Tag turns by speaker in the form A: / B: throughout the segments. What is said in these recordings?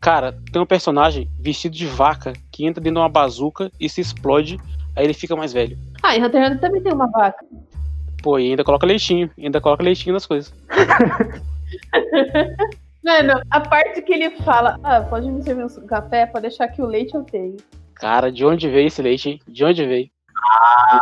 A: Cara, tem um personagem vestido de vaca que entra dentro de uma bazuca e se explode, aí ele fica mais velho.
B: Ah, e Hunter x Hunter também tem uma vaca.
A: Pô, e ainda coloca leitinho, ainda coloca leitinho nas coisas.
B: Mano, é, a parte que ele fala, ah, pode me servir um café, pode deixar que o leite eu tenho.
A: Cara, de onde veio esse leite, hein? De onde veio?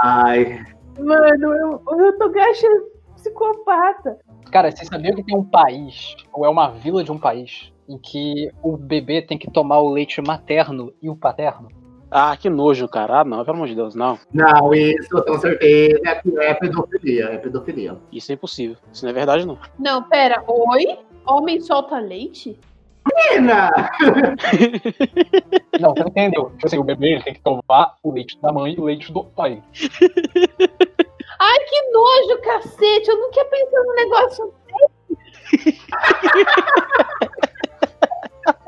C: Ai.
B: Mano, eu, eu tô gastando psicopata.
D: Cara, vocês sabiam que tem um país, ou é uma vila de um país, em que o bebê tem que tomar o leite materno e o paterno?
A: Ah, que nojo, cara. Ah, não, pelo amor de Deus, não.
C: Não, isso com certeza é, é pedofilia. É pedofilia.
A: Isso é impossível. Isso não é verdade, não.
B: Não, pera, oi? Homem solta leite?
C: Menina!
D: Não, você não entendeu. Tipo assim, o bebê ele tem que tomar o leite da mãe e o leite do pai.
B: Ai, que nojo, cacete! Eu nunca pensei num negócio.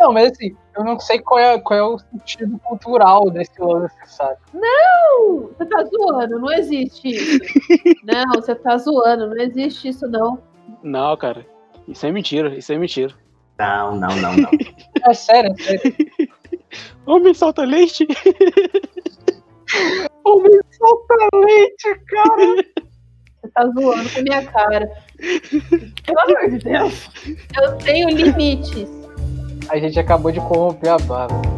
D: Não, mas assim, eu não sei qual é, qual é o sentido cultural desse lance, sabe?
B: Não! Você tá zoando, não existe isso. Não, você tá zoando, não existe isso, não.
A: Não, cara. Isso é mentira, isso é mentira.
C: Não, não, não, não.
D: É sério, é sério.
A: Homem solta leite?
D: Homem solta leite, cara!
B: Você tá zoando com a minha cara. Pelo amor de Deus. Eu tenho limites.
D: A gente acabou de corromper a barba.